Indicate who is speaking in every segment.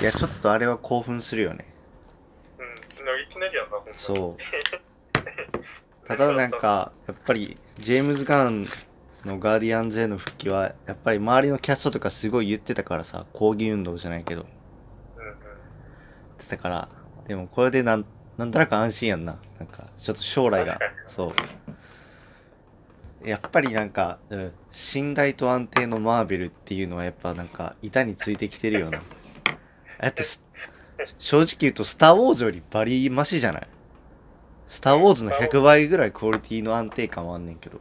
Speaker 1: いや、ちょっとあれは興奮するよね。
Speaker 2: うん。なんかいきなりやんな、ほんまに。
Speaker 1: そう。ただなんか、やっぱり、ジェームズ・ガンのガーディアンズへの復帰は、やっぱり周りのキャストとかすごい言ってたからさ、抗議運動じゃないけど、言
Speaker 2: うんう
Speaker 1: っ
Speaker 2: ん。
Speaker 1: てたから、でもこれでなん、なんとなく安心やんな。なんか、ちょっと将来が
Speaker 2: 確か、
Speaker 1: そう。やっぱりなんか、うん、信頼と安定のマーベルっていうのはやっぱなんか、板についてきてるよな。だってす、正直言うと、スター・ウォーズよりバリマシじゃないスター・ウォーズの100倍ぐらいクオリティの安定感はあんねんけど。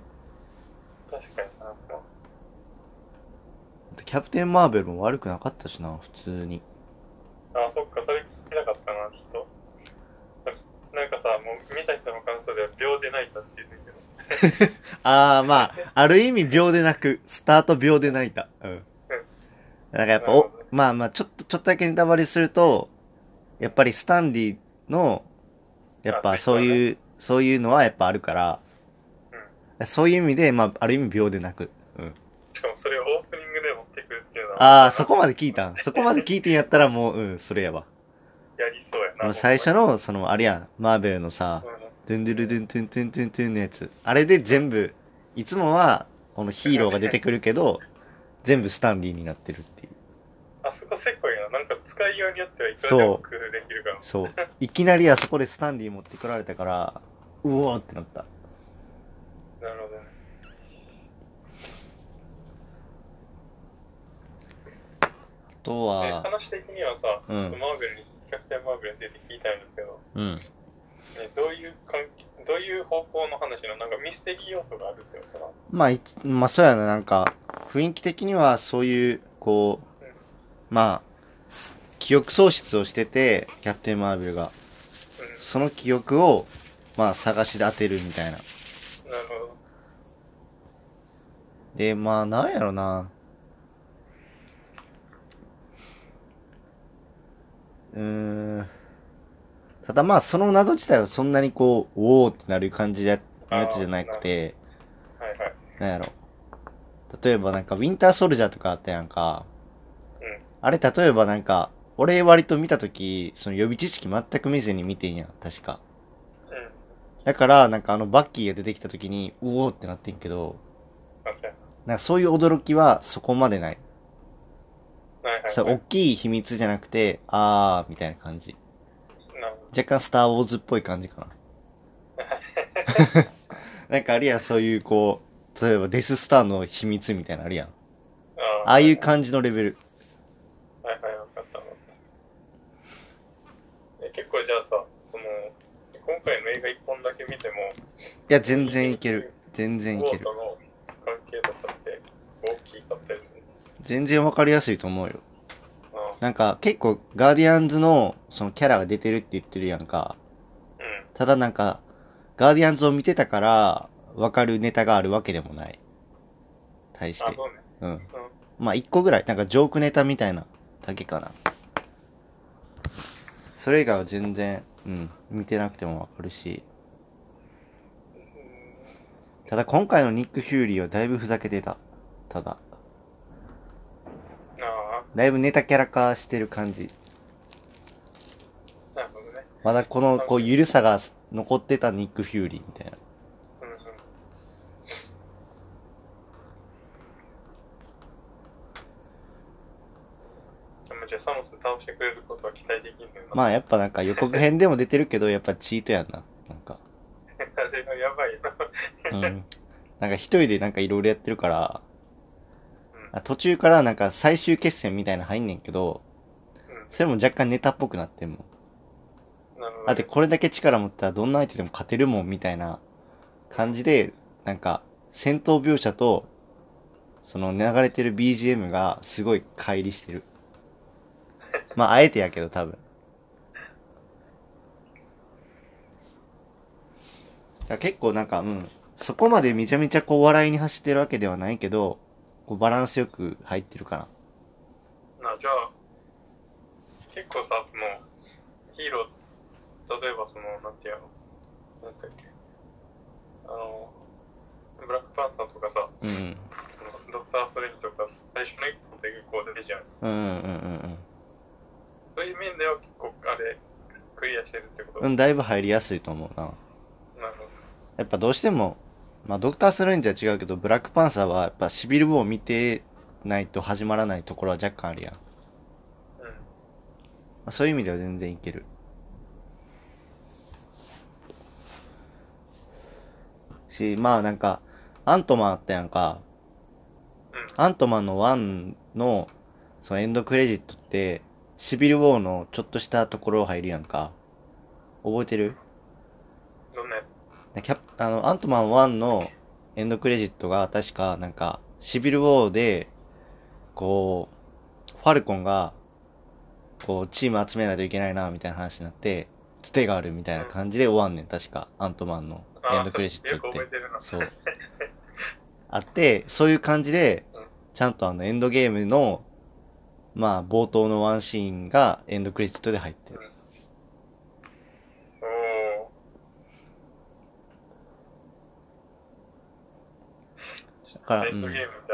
Speaker 2: 確かにな。まあ
Speaker 1: キャプテン・マーベルも悪くなかったしな、普通に。
Speaker 2: あそっか、それ聞きなかったな、ちょっと。なんかさ、もう、三崎さんの感想では秒で泣いたって言うんだけど。
Speaker 1: ああ、まあ、ある意味秒で泣く。スタート秒で泣いた。うん。なんかやっぱ、
Speaker 2: なる
Speaker 1: お
Speaker 2: ほど、
Speaker 1: まあまあ、ちょっと、ちょっとだけネタバレすると、やっぱりスタンリーの、やっ
Speaker 2: あ
Speaker 1: ぱそういう、そういうのはやっぱあるから、そういう意味で、まあ、ある意味秒で泣く。うん。
Speaker 2: しかもそれをオープニングで持ってくるっていうのは。
Speaker 1: ああ、そこまで聞いたん。そこまで聞いてんやったらもう、うん、それやば。
Speaker 2: やりそうや
Speaker 1: あ
Speaker 2: な。
Speaker 1: の最初の、その、あれやん、マーベルのさ、ドゥンドゥルドゥントゥントゥントゥントゥンのやつ。あれで全部、いつもは、このヒーローが出てくるけど、全部スタンリーになってるっていう。
Speaker 2: あそこせっこいな。なんか使いようによってはいくらでも工夫できるから。
Speaker 1: そう。いきなりあそこでスタンリー持ってこられたから、うおーってなった。
Speaker 2: なるほどね。
Speaker 1: あと
Speaker 2: で
Speaker 1: は、
Speaker 2: 話的にはさ、
Speaker 1: うん
Speaker 2: マーベルに、キャプテンマーベルについて聞いたんだけど、
Speaker 1: うん。
Speaker 2: ね、どういう関係、どういう方向の話なのなんかミステリー要素があるってことな。
Speaker 1: まあ、いつまあ、そうやな、なんか、雰囲気的にはそういう、こう、まあ、記憶喪失をしてて、キャプテン・マーベルが。
Speaker 2: う
Speaker 1: その記憶を、まあ、探し当てるみたいな。
Speaker 2: ん。なるほど。
Speaker 1: で、まあ、なんやろな。うーん。ただまあ、その謎自体はそんなにこう、おおってなる感じやのやつじゃなくて、
Speaker 2: はいはい。
Speaker 1: なんやろ。例えばなんか、ウィンターソルジャーとかあったやんか。
Speaker 2: うん
Speaker 1: あれ、例えばなんか、俺割と見たとき、その予備知識全く見ずに見てんやん、確か。
Speaker 2: うん。
Speaker 1: だから、なんかあの、バッキーが出てきたときに、うおーってなってんけど、
Speaker 2: あ、そうや
Speaker 1: なんかそういう驚きはそこまでない。
Speaker 2: な。はいはい、はい。
Speaker 1: そう、大きい秘密じゃなくて、あー、みたいな感じ。
Speaker 2: なるほ
Speaker 1: 若干スターウォーズっぽい感じかな。 なんかあるやん、そういうこう、例えばデススターの秘密みたいなのあるやん。
Speaker 2: ど。
Speaker 1: ああいう
Speaker 2: 感
Speaker 1: 感じのレベル。
Speaker 2: じ。はいはい、わかったわかった。え結構じゃあさ、その、今回の映画一本だけ見ても、
Speaker 1: いや、全然いける。全然い
Speaker 2: ゴ
Speaker 1: け
Speaker 2: ー
Speaker 1: る。
Speaker 2: との関係とかって大きかったりする。
Speaker 1: 全然わかりやすいと思うよ。
Speaker 2: あ
Speaker 1: なんか結構ガーディアンズのそのキャラが出てるって言ってるやんか。
Speaker 2: うん。
Speaker 1: ただなんか、ガーディアンズを見てたから、わかるネタがあるわけでもない。対し
Speaker 2: あ、
Speaker 1: て。
Speaker 2: そうね。
Speaker 1: うん。まあ、一個ぐらい、なんかジョークネタみたいなだけかな。それ以外は全然、うん、見てなくてもわかるし。ただ今回のニック・フューリーはだいぶふざけてた。ただ。
Speaker 2: うん。あ
Speaker 1: だいぶネタキャラ化してる感じ。
Speaker 2: あ、なるほどね。
Speaker 1: まだこの、こう、ゆるさが残ってたニック・フューリーみたいな。
Speaker 2: うんうん。でもじゃあサモス倒してくれることは期待できんのよな。
Speaker 1: まあ、やっぱなんか予告編でも出てるけど、やっぱチートやんな。なんか。
Speaker 2: あれはやばい な。
Speaker 1: うん。なんか一人でなんかいろいろやってるから、あ途中からなんか最終決戦みたいなの入んねんけど、
Speaker 2: う
Speaker 1: それも若干ネタっぽくなってんもん。
Speaker 2: ん。なるほどね。
Speaker 1: だってこれだけ力持ったらどんな相手でも勝てるもんみたいな感じで、なんか戦闘描写と、その流れてる BGM がすごい乖離してる。まあ、あえてやけど多分。だから結構なんか、うん。そこまでめちゃめちゃこう笑いに走ってるわけではないけど、こうバランスよく入ってるかな。
Speaker 2: なじゃあ結構さそのヒーロー例えばそのなんていうのなんだっけあのブラックパンサーとかさ
Speaker 1: うん。
Speaker 2: そのドクター・ストレンジとか最初の一本で結構出てるじゃん
Speaker 1: うんうんうんうんうん。
Speaker 2: 面では結構あれ、クリアしてるってこと、
Speaker 1: うん、だいぶ入りやすいと思うな。
Speaker 2: なるほど。
Speaker 1: やっぱどうしても、まあ、ドクター・ストレンジは違うけど、ブラックパンサーはやっぱシビル・ウォーを見てないと始まらないところは若干あるやん。ま
Speaker 2: うん。
Speaker 1: あ、そういう意味では全然いける。し、まあなんか、アントマンあったやんか、
Speaker 2: うん。
Speaker 1: アントマンの1の、そのエンドクレジットって、シビル・ウォーのちょっとしたところ入るやんか。覚えてる
Speaker 2: どんなや
Speaker 1: でキャプあの、アントマン1のエンドクレジットが確かなんか、シビルウォーで、こう、ファルコンが、こう、チーム集めないといけないな、みたいな話になって、つてがあるみたいな感じで終わんねん、確か。アントマンの
Speaker 2: つ
Speaker 1: エンドクレジット
Speaker 2: よく
Speaker 1: っ
Speaker 2: 覚え
Speaker 1: て。
Speaker 2: てるな。
Speaker 1: そう。あって、そういう感じで
Speaker 2: うん、
Speaker 1: ちゃんとあの、エンドゲームの、まあ、冒頭のワンシーンがエンドクレジットで入ってる。
Speaker 2: おお。
Speaker 1: だから、
Speaker 2: レ
Speaker 1: う
Speaker 2: ッド
Speaker 1: ん
Speaker 2: ゲー。ムって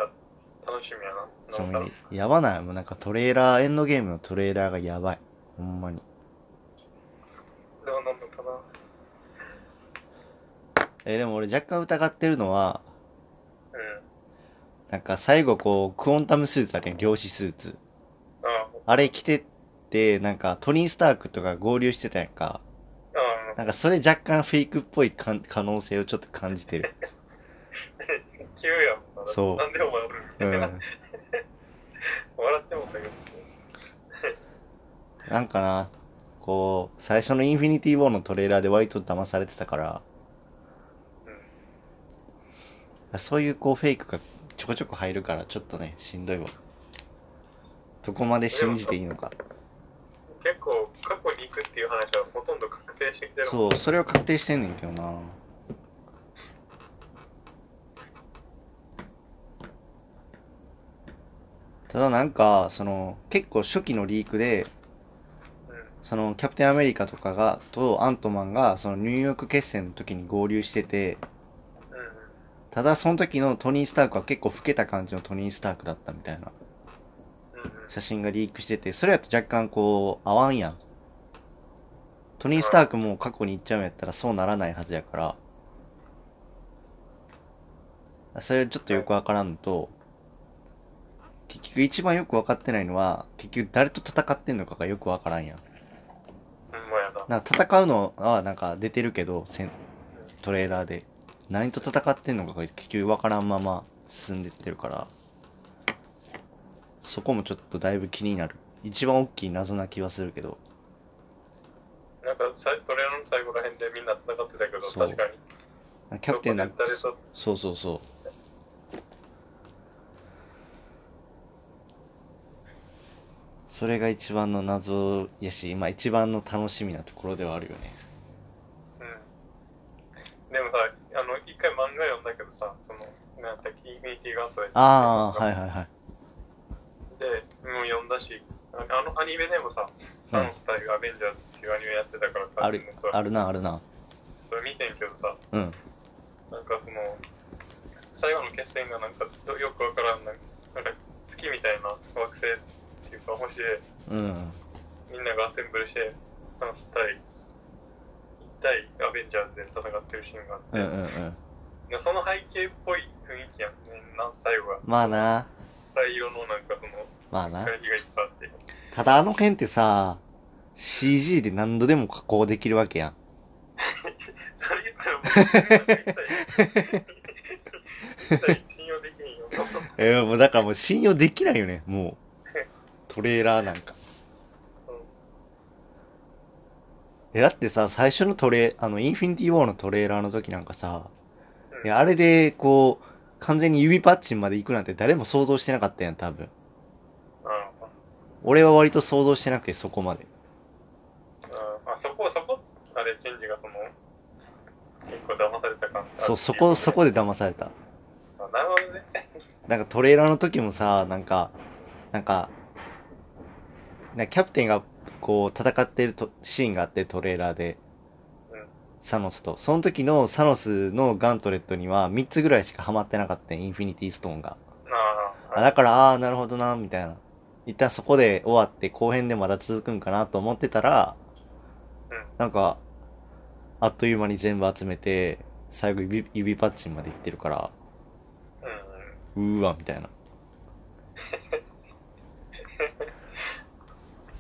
Speaker 2: あ楽しみやな。なんか
Speaker 1: やばない。もうなんかトレーラー、エンドゲームのトレーラーがやばい。ほんまに。
Speaker 2: どうなんのかな。
Speaker 1: えーでも俺若干疑ってるのは、
Speaker 2: うん。
Speaker 1: なんか最後こう、クォンタムスーツあるやん、量子スーツ。
Speaker 2: ああ、
Speaker 1: あれ着てって、なんかトニー・スタークとか合流してたやんか。
Speaker 2: ああ、
Speaker 1: なんかそれ若干フェイクっぽいかん可能性をちょっと感じてる。
Speaker 2: 急やもんな。
Speaker 1: そう
Speaker 2: なんでお前、
Speaker 1: う
Speaker 2: 笑
Speaker 1: ん。
Speaker 2: ってもんだけど。
Speaker 1: なんかな、こう、最初のインフィニティ・ウォーのトレーラーで割と騙されてたから、そういうこうフェイクがちょこちょこ入るからちょっとね、しんどいわ。どこまで信じていいのか。
Speaker 2: 結構、過去に行くっていう話はほとんど確定してきてるもん。
Speaker 1: そう、それは確定してんねんけどな。ただなんか、その、結構初期のリークで、
Speaker 2: うん。
Speaker 1: その、キャプテンアメリカとかが、とアントマンが、そのニューヨーク決戦の時に合流してて、
Speaker 2: うん。
Speaker 1: ただその時のトニー・スタークは結構老けた感じのトニー・スタークだったみたいな
Speaker 2: うん。うん。
Speaker 1: 写真がリークしてて、それやと若干こう、合わんやん。トニー・スタークも過去に行っちゃうんやったらそうならないはずやから、それちょっとよくわからんのと、結局一番よくわかってないのは、結局誰と戦ってんのかがよくわからんやん。
Speaker 2: ほんまやな。
Speaker 1: なんか戦うのはなんか出てるけど、せんトレーラーで。何と戦ってんのかが結局わからんまま進んでってるから、そこもちょっとだいぶ気になる。一番大きい謎な気はするけど。
Speaker 2: なんか、さトレーナーの最後ら辺でみんな戦ってたけど、
Speaker 1: そう
Speaker 2: 確かに。
Speaker 1: キャプテン
Speaker 2: ど
Speaker 1: な
Speaker 2: こで誰と、
Speaker 1: そうそうそう。それが一番の謎やし、今一番の楽しみなところではあるよね。
Speaker 2: うん。でもさ、あの、一回漫画読んだけどさ、その、なんだっけ、インフィニティガントレット
Speaker 1: ああ、はいはいはい。
Speaker 2: で、もう読んだし、ああのアニメでもさ、サノス対アベンジャーズっていうアニメやってたから、
Speaker 1: ある、あるな、あるな。
Speaker 2: それ見てんけどさ、
Speaker 1: うん。
Speaker 2: なんかその、最後の決戦がなんかどよくわからん、なんかなんか月みたいな惑星っていうか星で、
Speaker 1: うん。
Speaker 2: みんながアセンブルして、サノス対、対アベンジャーズで戦ってるシーンがあって
Speaker 1: うんうんう、ん。
Speaker 2: でその背景っぽい雰囲気やんねんな、最後が。
Speaker 1: まあな、
Speaker 2: 灰色のなんかその、
Speaker 1: まあな。
Speaker 2: 光がいっぱいあって。
Speaker 1: ただあの辺ってさ、CG で何度でも加工できるわけやん。
Speaker 2: それ言っ たらもう一切、一切信用できんよ。
Speaker 1: えー、もうだからもう信用できないよね、もう。トレーラーなんか。え、だってさ、最初のトレ、あの、インフィニティウォーのトレーラーの時なんかさ、
Speaker 2: うん
Speaker 1: いやあれで、こう、完全に指パッチンまで行くなんて誰も想像してなかったやん、多分。
Speaker 2: あ
Speaker 1: 俺は割と想像してなくて、そこまで。
Speaker 2: ああそこ、そこ、あれ、チェンジがその、結構騙された感じ。
Speaker 1: そう、そこ、そこ。で騙された。
Speaker 2: あなるほどね。
Speaker 1: なんかトレーラーの時もさ、なんか、なんか、なんかキャプテンがこう戦ってるとシーンがあってトレーラーで
Speaker 2: うん、
Speaker 1: サノスと。その時のサノスのガントレットには3つぐらいしかハマってなかったね、インフィニティストーンが。
Speaker 2: あ
Speaker 1: あ
Speaker 2: あ、
Speaker 1: だから、ああー、なるほどな、みたいな。一旦そこで終わって後編でまだ続くんかなと思ってたら、
Speaker 2: うん
Speaker 1: なんか、あっという間に全部集めて、最後指指パッチンまで行ってるから、
Speaker 2: うんう
Speaker 1: う
Speaker 2: ん。
Speaker 1: ーわ、みたいな。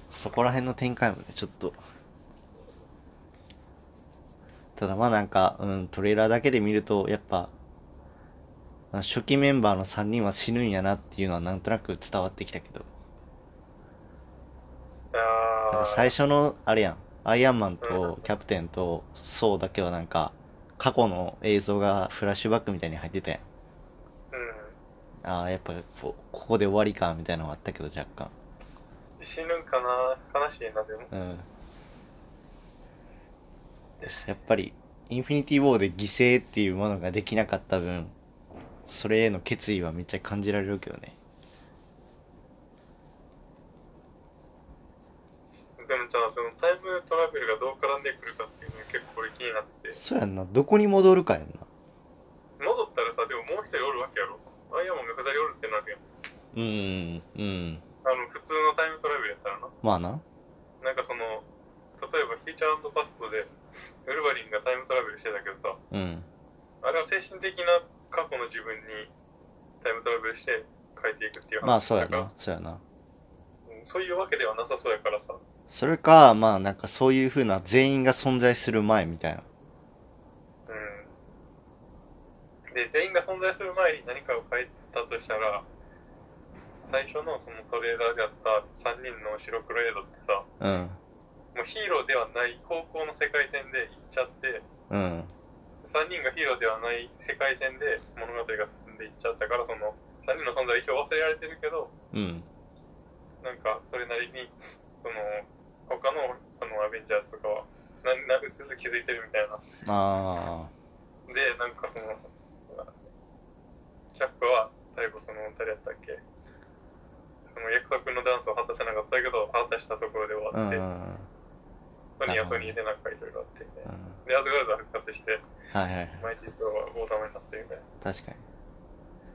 Speaker 1: そこら辺の展開もね、ちょっと。ただまあなんか、うん、トレーラーだけで見ると、やっぱ、あ初期メンバーの3人は死ぬんやなっていうのはなんとなく伝わってきたけど。だか
Speaker 2: あ
Speaker 1: ら
Speaker 2: あ。
Speaker 1: 最初の、あれやん、アイアンマンとキャプテンとソーだけはなんか、過去の映像がフラッシュバックみたいに入ってたやん。
Speaker 2: う
Speaker 1: ああ、やっぱこう、ここで終わりか、みたいなのがあったけど、若干。
Speaker 2: ん。死ぬんかな悲しいな、でも。
Speaker 1: うん。やっぱり、インフィニティ・ウォーで犠牲っていうものができなかった分、それへの決意はめっちゃ感じられるけどね。
Speaker 2: でもじゃあ、そのタイムトラベルがどう絡んでくるかっていうのが結構これ気になって。
Speaker 1: そうやんな、どこに戻るかやんな。
Speaker 2: 戻ったらさ、でももう一人おるわけやろ。アイアンマンが二人おるってなるや
Speaker 1: うん、う
Speaker 2: ん。
Speaker 1: ん。
Speaker 2: あの、普通のタイムトラベルやったらな。
Speaker 1: まあな。
Speaker 2: なんかその、例えばフィーチャーパストで、ウルヴァリンがタイムトラベルしてたけどさ、
Speaker 1: うん。
Speaker 2: あれは精神的な過去の自分にタイムトラベルして変えていくっていう
Speaker 1: まあそうや
Speaker 2: から
Speaker 1: な、そうやな。
Speaker 2: うんそういうわけではなさそうやからさ。
Speaker 1: それか、まあなんかそういう風な全員が存在する前みたいな。
Speaker 2: うん。で、全員が存在する前に何かを変えたとしたら、最初のそのトレーラーであった3人の白黒映像ってさ、
Speaker 1: うん、
Speaker 2: もうヒーローではない高校の世界線で行っちゃって、
Speaker 1: うん、
Speaker 2: 3人がヒーローではない世界線で物語が進んでいっちゃったから、その3人の存在は一応忘れられてるけど、
Speaker 1: うん、
Speaker 2: なんかそれなりに、その、他のそのアベンジャーズとかは、な、な、うすうす気づいてるみたいな。
Speaker 1: あ
Speaker 2: で、なんかその、キャップは最後その、誰やったっけその約束のダンスを果たせなかったけど、果たしたところで終
Speaker 1: あ、うん、う
Speaker 2: わっ
Speaker 1: ん、
Speaker 2: て、ソニーはソニーでなんかいろいろあってみたいな。
Speaker 1: うん
Speaker 2: で、アズガルド復活して、
Speaker 1: はいはいはい、
Speaker 2: マイティーは大玉になってみたいな。
Speaker 1: 確かに。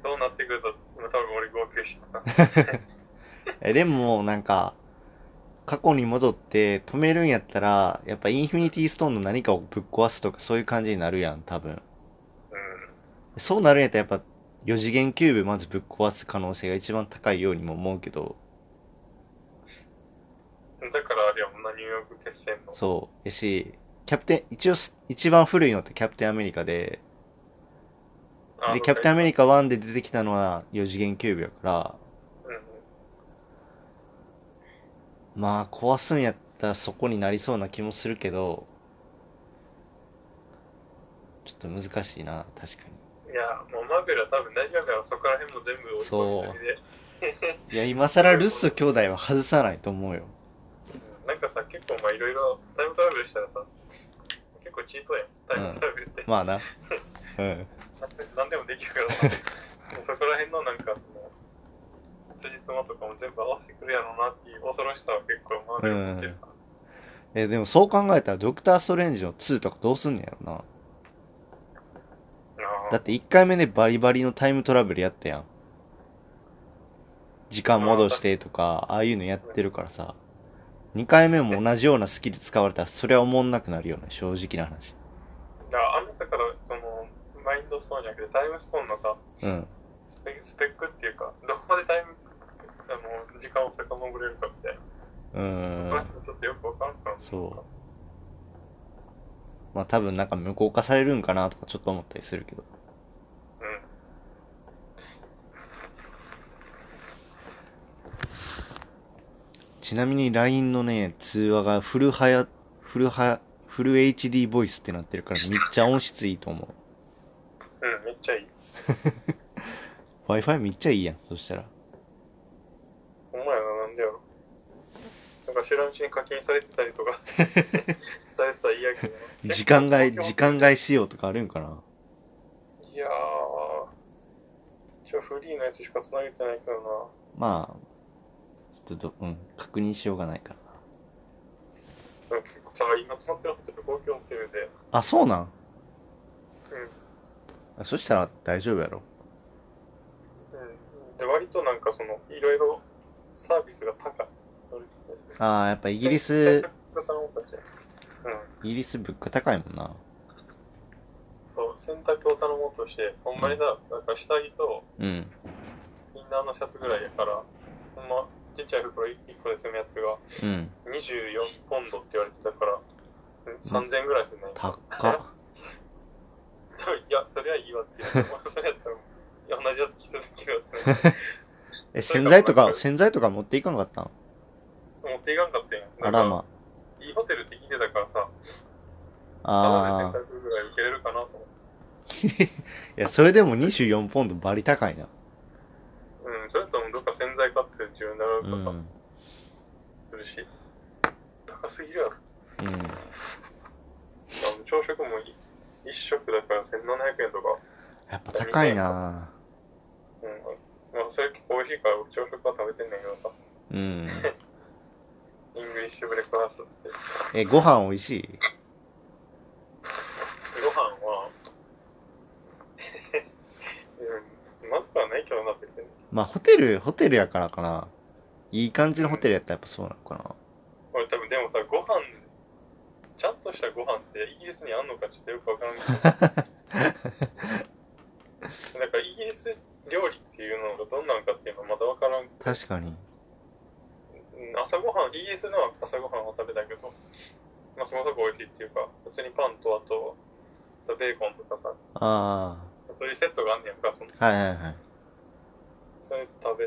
Speaker 2: そうなってくると、多分俺号泣します。
Speaker 1: え、でも、なんか、過去に戻って止めるんやったら、やっぱインフィニティストーンの何かをぶっ壊すとかそういう感じになるやん、多分。
Speaker 2: う
Speaker 1: そうなるんやったらやっぱ4次元キューブまずぶっ壊す可能性が一番高いようにも思うけど、
Speaker 2: ん。だからあれはもんな、ニューヨーク決戦の。
Speaker 1: そう。やし、キャプテン、一応す、一番古いのってキャプテンアメリカで、
Speaker 2: あ
Speaker 1: で、キャプテンアメ
Speaker 2: リ
Speaker 1: リカ1で出てきたのは4次元キューブやから、
Speaker 2: カ。うんうん。
Speaker 1: まあ、壊すんやったらそこになりそうな気もするけど、ちょっと難しいな、確かに。
Speaker 2: いや、もうマーベルは多分大丈夫やろ。そこら辺も全部追い込み済みで。
Speaker 1: いや、今更ルッソ兄弟は外さないと思うよ。
Speaker 2: うんなんかさ、結構まあいろいろタイムトラベルしたらさ、結構チートやん。タイムトラベルって。
Speaker 1: まあな。うん。
Speaker 2: 何でもできるからさ、もうそこら 辺のなんか、その、辻褄とかも全部合わせてくるやろうなっていう恐ろしさは結構マーベル持ってるから。
Speaker 1: え、でもそう考えたらドクター・ストレンジの2とかどうすんねやろな。だ
Speaker 2: な
Speaker 1: って1回目でバリバリのタイムトラベルやったやん。時間戻してとか、ああいうのやってるからさ。2回目も同じようなスキル使われたらそれは思んなくなるよね、正直な話。
Speaker 2: あだからあのさから、その、マインドストーンじゃなくてタイムストーンのさ、
Speaker 1: うん。
Speaker 2: スペスペックっていうか、どこまでタイム、あの、時間を遡れるかみたいな。
Speaker 1: うーん。
Speaker 2: そこら辺ちょっとよくわからんから。
Speaker 1: そうまあ多分なんか無効化されるんかなとかちょっと思ったりするけど。
Speaker 2: うん。
Speaker 1: ちなみに LINE のね、通話がフルハヤ、フルハ、フル HD ボイスってなってるからめっちゃ音質いいと思う。
Speaker 2: うん、めっちゃいい。
Speaker 1: Wi-Fi めっちゃいいやん、そしたら。
Speaker 2: お前はなんでやろ。なんか知らんうちに課金されてた りとか、されてたら嫌やけどな。
Speaker 1: 時間外、
Speaker 2: 結構
Speaker 1: 時間外仕様とかあるんかない
Speaker 2: やー、一応フリーのやつしか繋げてないけど
Speaker 1: まあ、ちょっとど、うん、確認しようがないからな。
Speaker 2: な。でも結構さ、今泊まってるホテル、公共ホテルで、
Speaker 1: あ、そうなん
Speaker 2: うん。
Speaker 1: あそしたら大丈夫やろ。
Speaker 2: うんで割となんかそのいろいろサービスが高い。
Speaker 1: ああ、やっぱイギリ ス、
Speaker 2: うん。
Speaker 1: イギリス物価高いもんな。
Speaker 2: そう、洗濯を頼もうとして、ほんまにさ、なんか下着と
Speaker 1: うん。
Speaker 2: インナーのシャツぐらいやから、ほんま、ちっちゃい袋1個で済むやつが
Speaker 1: うん。
Speaker 2: 24ポンドって言われてたから、うん3000ぐらいすんね ん。
Speaker 1: 高っ。
Speaker 2: いや、それはいいわって言う。 それやったら、いや同じやつ着続けるわって。
Speaker 1: え、洗剤とか、洗剤とか持っていかんかったん
Speaker 2: 持っていかんかったやん。
Speaker 1: あらま。
Speaker 2: いいホテルって聞いてたからさ、
Speaker 1: あ
Speaker 2: タダ
Speaker 1: あ。
Speaker 2: で洗濯ぐらい受けれるかなと思って。
Speaker 1: いや、それでも24ポンドバリ高いな。
Speaker 2: うん、それともうどっか洗剤買って自分で
Speaker 1: うん。
Speaker 2: 洗う
Speaker 1: う
Speaker 2: とか
Speaker 1: ん。
Speaker 2: するし、高すぎるやろ。あの朝食もい一食だから1700円とか、
Speaker 1: やっぱ高いな。
Speaker 2: うん、まあそれ結構美味しいから俺朝食は食べてんねんけどさ、
Speaker 1: うん。
Speaker 2: イングリッシュブレックファーストって。
Speaker 1: え、ご飯美味しい
Speaker 2: ご飯は、 うん、まずくはないけどな、別に。
Speaker 1: まあ、ホテル、ホテルやからかな。いい感じのホテルやったらやっぱそうなのかな。
Speaker 2: 俺多分でもさ、ご飯、ちゃんとしたご飯ってイギリスにあんのかちょっとよくわからんけど。だからイギリス料理っていうのがどんなんかっていうのはまだわからん。
Speaker 1: 確かに。
Speaker 2: うん朝ごはん、イギリスのは朝ごはんは食べたけど、まあそこそこ美味しいっていうか、普通にパンとあと、あとベーコンとかさ、
Speaker 1: あ
Speaker 2: そういうセットがあんねやんか、その
Speaker 1: あ。はいはいはい。
Speaker 2: それ食べ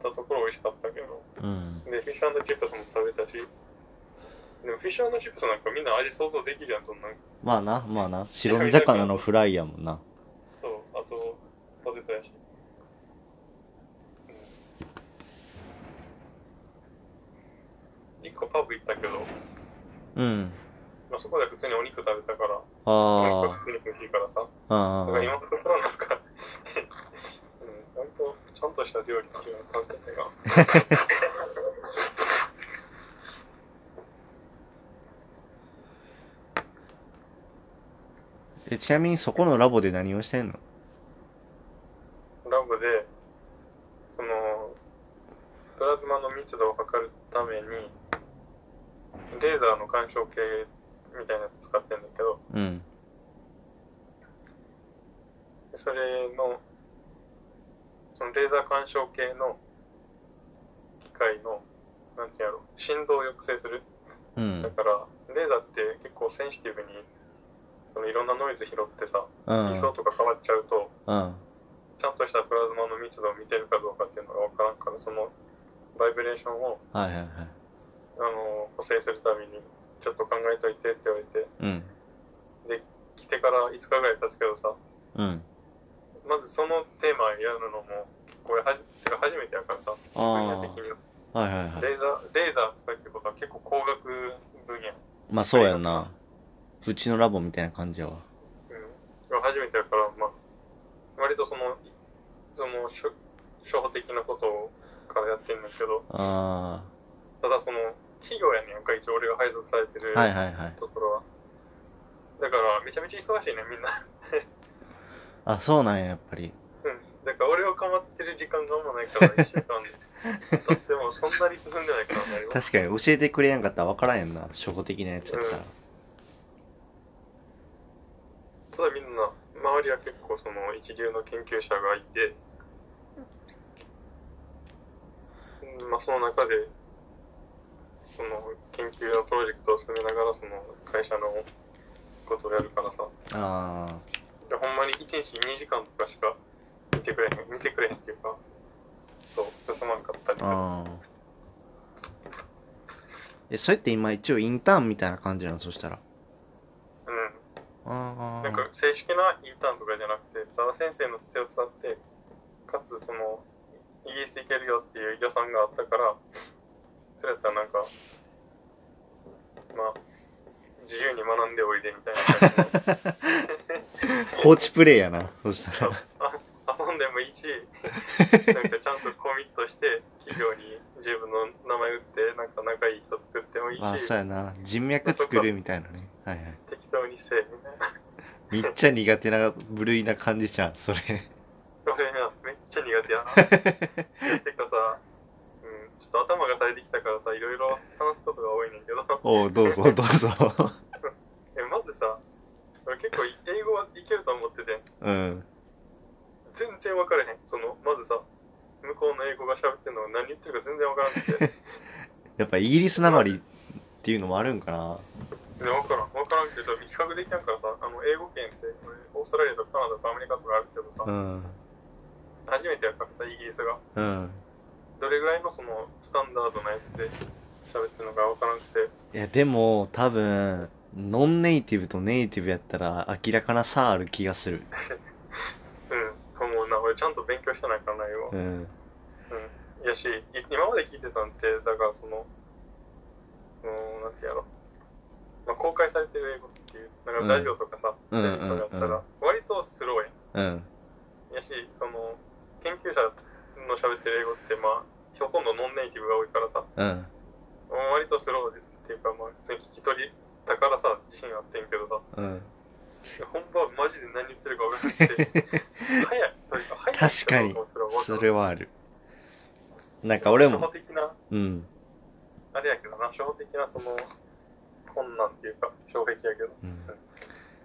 Speaker 2: たところ美味しかったけど。
Speaker 1: うん。
Speaker 2: で、フィッシュチップスも食べたし、でもフィッシュチップスなんかみんな味想像できるやん、どんなん
Speaker 1: まあな、まあな。白身魚のフライやもんな。
Speaker 2: そう、あと、ポテトやし。うん一個パブ行ったけど、
Speaker 1: うん。
Speaker 2: まあ、そこで普通にお肉食べたから、お肉
Speaker 1: あ
Speaker 2: は普通に美味しいからさ、
Speaker 1: あ。あ
Speaker 2: だか
Speaker 1: あ。
Speaker 2: ら今のところなんか、うん、割とちゃんとした料理っていうのは感じが。
Speaker 1: え、ちなみにそこのラボで何をしてんの
Speaker 2: ラボで、その、プラズマの密度を測るために、レーザーの干渉計みたいなやつ使ってんだけど、
Speaker 1: うん。
Speaker 2: それの、そのレーザー干渉計の機械の、なんてやろう、振動を抑制する。
Speaker 1: う
Speaker 2: だ
Speaker 1: ん。
Speaker 2: から、レーザーって結構センシティブに、そのいろんなノイズ拾ってさ、
Speaker 1: うん。
Speaker 2: 位相とか変わっちゃうと、
Speaker 1: うん。
Speaker 2: ちゃんとしたプラズマの密度を見てるかどうかっていうのがわからんから、そのバイブレーションを、
Speaker 1: はいはいはい。
Speaker 2: あの、補正するために、ちょっと考えといてって言われて、
Speaker 1: うん。
Speaker 2: 来てから5日ぐらい経つけどさ、
Speaker 1: うん。
Speaker 2: まずそのテーマやるのも、これはじ、てか初めてやからさ、
Speaker 1: あ
Speaker 2: 分
Speaker 1: あ。
Speaker 2: 野
Speaker 1: はい
Speaker 2: 的には
Speaker 1: はいはい。
Speaker 2: レーザー、レーザー使うってことは結構工学分野。
Speaker 1: まあそうやんな。うちのラボみたいな感じやわ。
Speaker 2: うん。初めてやから、まあ、割とその、その、初初歩的なことをからやってんだけど、
Speaker 1: あ
Speaker 2: ただその、企業やねんか、一応俺が配属されてる
Speaker 1: あ。はいはいはい。
Speaker 2: ところは。だから、めちゃめちゃ忙しいね、みんな。
Speaker 1: あ、そうなんや、やっぱり。
Speaker 2: うんだから俺を構ってる時間があんまないから、1週間で。とってもそんなに進んでないから、あんま り
Speaker 1: 確かに教えてくれやんかったら分からんやんな。初歩的なやつやったら。
Speaker 2: ただみんな、周りは結構その一流の研究者がいて、うんまあその中で、その研究のプロジェクトを進めながら、その会社のことをやるからさ、
Speaker 1: ああ。
Speaker 2: でほんまに1日2時間とかしか見てくれへん、見てくれへんっていうか、そう、進まんかったりする。
Speaker 1: ああ。え、そうやって今一応インターンみたいな感じなのそしたら。
Speaker 2: うん
Speaker 1: あ
Speaker 2: なんか正式なインターンとかじゃなくて、ただ先生のつてを伝って、かつその、イギリス行けるよっていう予算があったから、それやったらなんか、まあ、自由に学んでおいでみたいな 感じで
Speaker 1: あ。放置プレイやな。そした ら。
Speaker 2: 遊んでもいいし、なんかちゃんとコミットして、企業に自分の名前打って、なんか仲いい人作ってもいい
Speaker 1: まあ
Speaker 2: し
Speaker 1: そう、やな。人脈作るみたいなね。はいはい。
Speaker 2: 適当にせえ、みたいな。
Speaker 1: めっちゃ苦手な部類な感じじゃん、それ。
Speaker 2: 俺な、めっちゃ苦手やな。ってかさ、うん、ちちょっと頭が冴えてきたからさ、いろいろ話すことが多いねんけど。
Speaker 1: おう、どうぞ、どう ぞ。
Speaker 2: え、まずさ、俺結構い英語はいけると思ってて、
Speaker 1: うん。
Speaker 2: 全然分からへん。その、まずさ、向こうの英語が喋ってるのが何言ってるか全然分からなく て。
Speaker 1: やっぱイギリスなまりっていうのもあるんかな。
Speaker 2: で、分からん。分からんけど、比較できないからさ、あの、英語圏って、俺オーストラリアとかカナダとかアメリカとかあるけどさ、
Speaker 1: うん。
Speaker 2: 初めてやからさ、イギリスが。
Speaker 1: うん。
Speaker 2: どれぐらいのその、スタンダードなやつで喋ってるのか分からなくて、
Speaker 1: いや、でも、多分、ノンネイティブとネイティブやったら明らかな差ある気がする。
Speaker 2: うん、と思うな。俺ちゃんと勉強してないからな、英語。
Speaker 1: うん。
Speaker 2: うん、やしい今まで聞いてたんってだからそのうんなんてやろ、まあ、公開されてる英語っていうなんかラジオとかさ、
Speaker 1: うん
Speaker 2: テレビとかやった
Speaker 1: うんうんうん
Speaker 2: ら割とスロー
Speaker 1: う
Speaker 2: や
Speaker 1: ん。
Speaker 2: んやしその研究者の喋ってる英語ってまあほとんどノンネイティブが多いからさ
Speaker 1: うん。
Speaker 2: 割とスローでっていうかまあ普通に聞き取りだからさ自信あってんけどさ
Speaker 1: うん。
Speaker 2: 本場はマジで何言ってるか分からなくて 早いというか早い
Speaker 1: 確かに
Speaker 2: それは
Speaker 1: それはある。なんか俺
Speaker 2: 初歩
Speaker 1: も、
Speaker 2: 的な
Speaker 1: うん。
Speaker 2: あれやけどな、初歩的なその、困難っていうか、障壁やけど。
Speaker 1: うん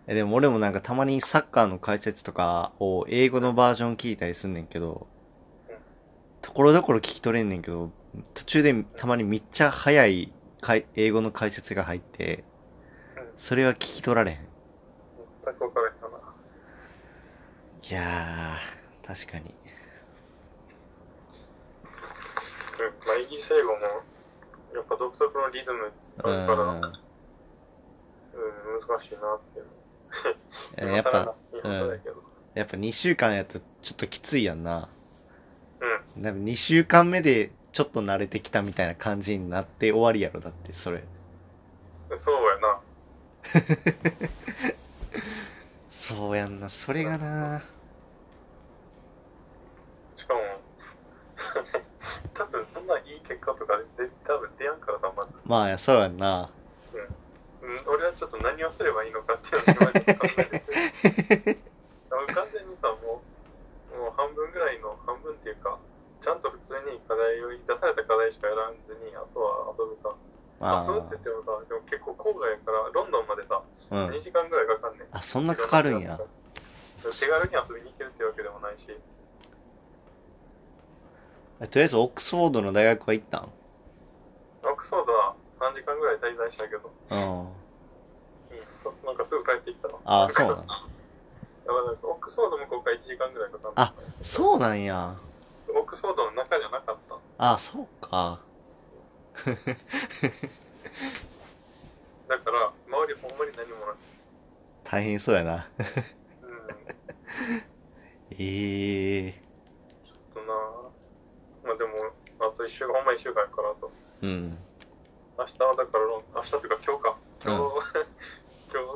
Speaker 1: えでも俺もなんかたまにサッカーの解説とかを英語のバージョン聞いたりすんねんけど
Speaker 2: うん、
Speaker 1: ところどころ聞き取れんねんけど、途中でたまにめっちゃ早いかい英語の解説が入って
Speaker 2: うん、
Speaker 1: それは聞き取られへん。
Speaker 2: 全く分からへんかな。
Speaker 1: いやー、確かに。
Speaker 2: うん。まあ、イギリス英語も、やっぱ独特のリズムあるから、うん、
Speaker 1: う
Speaker 2: 難しいなっていう。
Speaker 1: ん。やっぱ、
Speaker 2: 今更な日本語だけど。
Speaker 1: やっぱ2週間やとちょっときついやんな。
Speaker 2: う
Speaker 1: 多分2週間目でちょっと慣れてきたみたいな感じになって終わりやろ、だってそれ。
Speaker 2: ん。そうやな。
Speaker 1: そうやんな、それがな
Speaker 2: しかも、 多分そんないい結果とかで、多分出やんからさ、まず。
Speaker 1: まあ、そうやんな
Speaker 2: うん、俺はちょっと何をすればいいのかっていうのを考え ててあの完全にさもうもう半分ぐらいの半分っていうかちゃんと普通に課題を出された課題しか選んずにあとは遊ぶか
Speaker 1: ま
Speaker 2: 遊ぶって言ってもさでも結構郊外やからロンドンまでさ、
Speaker 1: あ、うん
Speaker 2: 2。時間ぐらいかかんねん
Speaker 1: あ、そんなかかるんや。
Speaker 2: 手軽に遊びに行けるってわけでもないし
Speaker 1: えとりあえず、オックスフォードの大学は行ったん
Speaker 2: オックスフォードは3時間ぐらい滞在したけど、
Speaker 1: うん。
Speaker 2: うん、そなんかすぐ帰ってきたの
Speaker 1: ああ、そう
Speaker 2: だか
Speaker 1: なんだ。
Speaker 2: らオックスフォード向こうから1時間ぐらいかかんの
Speaker 1: あそうなんや。
Speaker 2: オックスフォードの中じゃなかった
Speaker 1: ああ、そうか。
Speaker 2: だから、周りほんまに何もない。
Speaker 1: 大変そうやな。
Speaker 2: うん。ち
Speaker 1: ええ
Speaker 2: ょっとなまあでも、あと一週間、ほんま一週間やからあと。
Speaker 1: うん。
Speaker 2: 明日はだからロン、明日っていうか今日か。今日、
Speaker 1: うん
Speaker 2: 今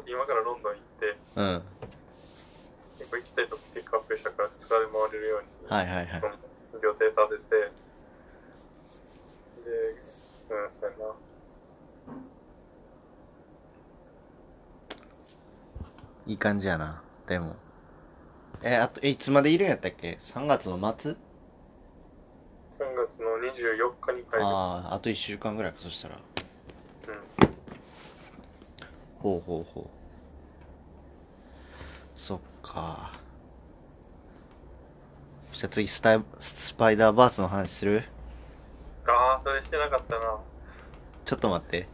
Speaker 2: 日、今からロンドン行って、
Speaker 1: うん。
Speaker 2: 結構行きたいとこピックアップしたから、疲れ回れるように、
Speaker 1: はいはいはい
Speaker 2: そ。の予定立てて、で、うん、そうやな。
Speaker 1: いい感じやな。でも。え、あと、え、いつまでいるんやったっけ ?3 月の末
Speaker 2: 3月の24日に帰る。
Speaker 1: ああ、あと1週間ぐらいか、そしたら。
Speaker 2: うん。
Speaker 1: ほうほうほう。そっか。そしたら次スタイ、スパイダーバースの話する
Speaker 2: ああ、それしてなかったな。
Speaker 1: ちょっと待って。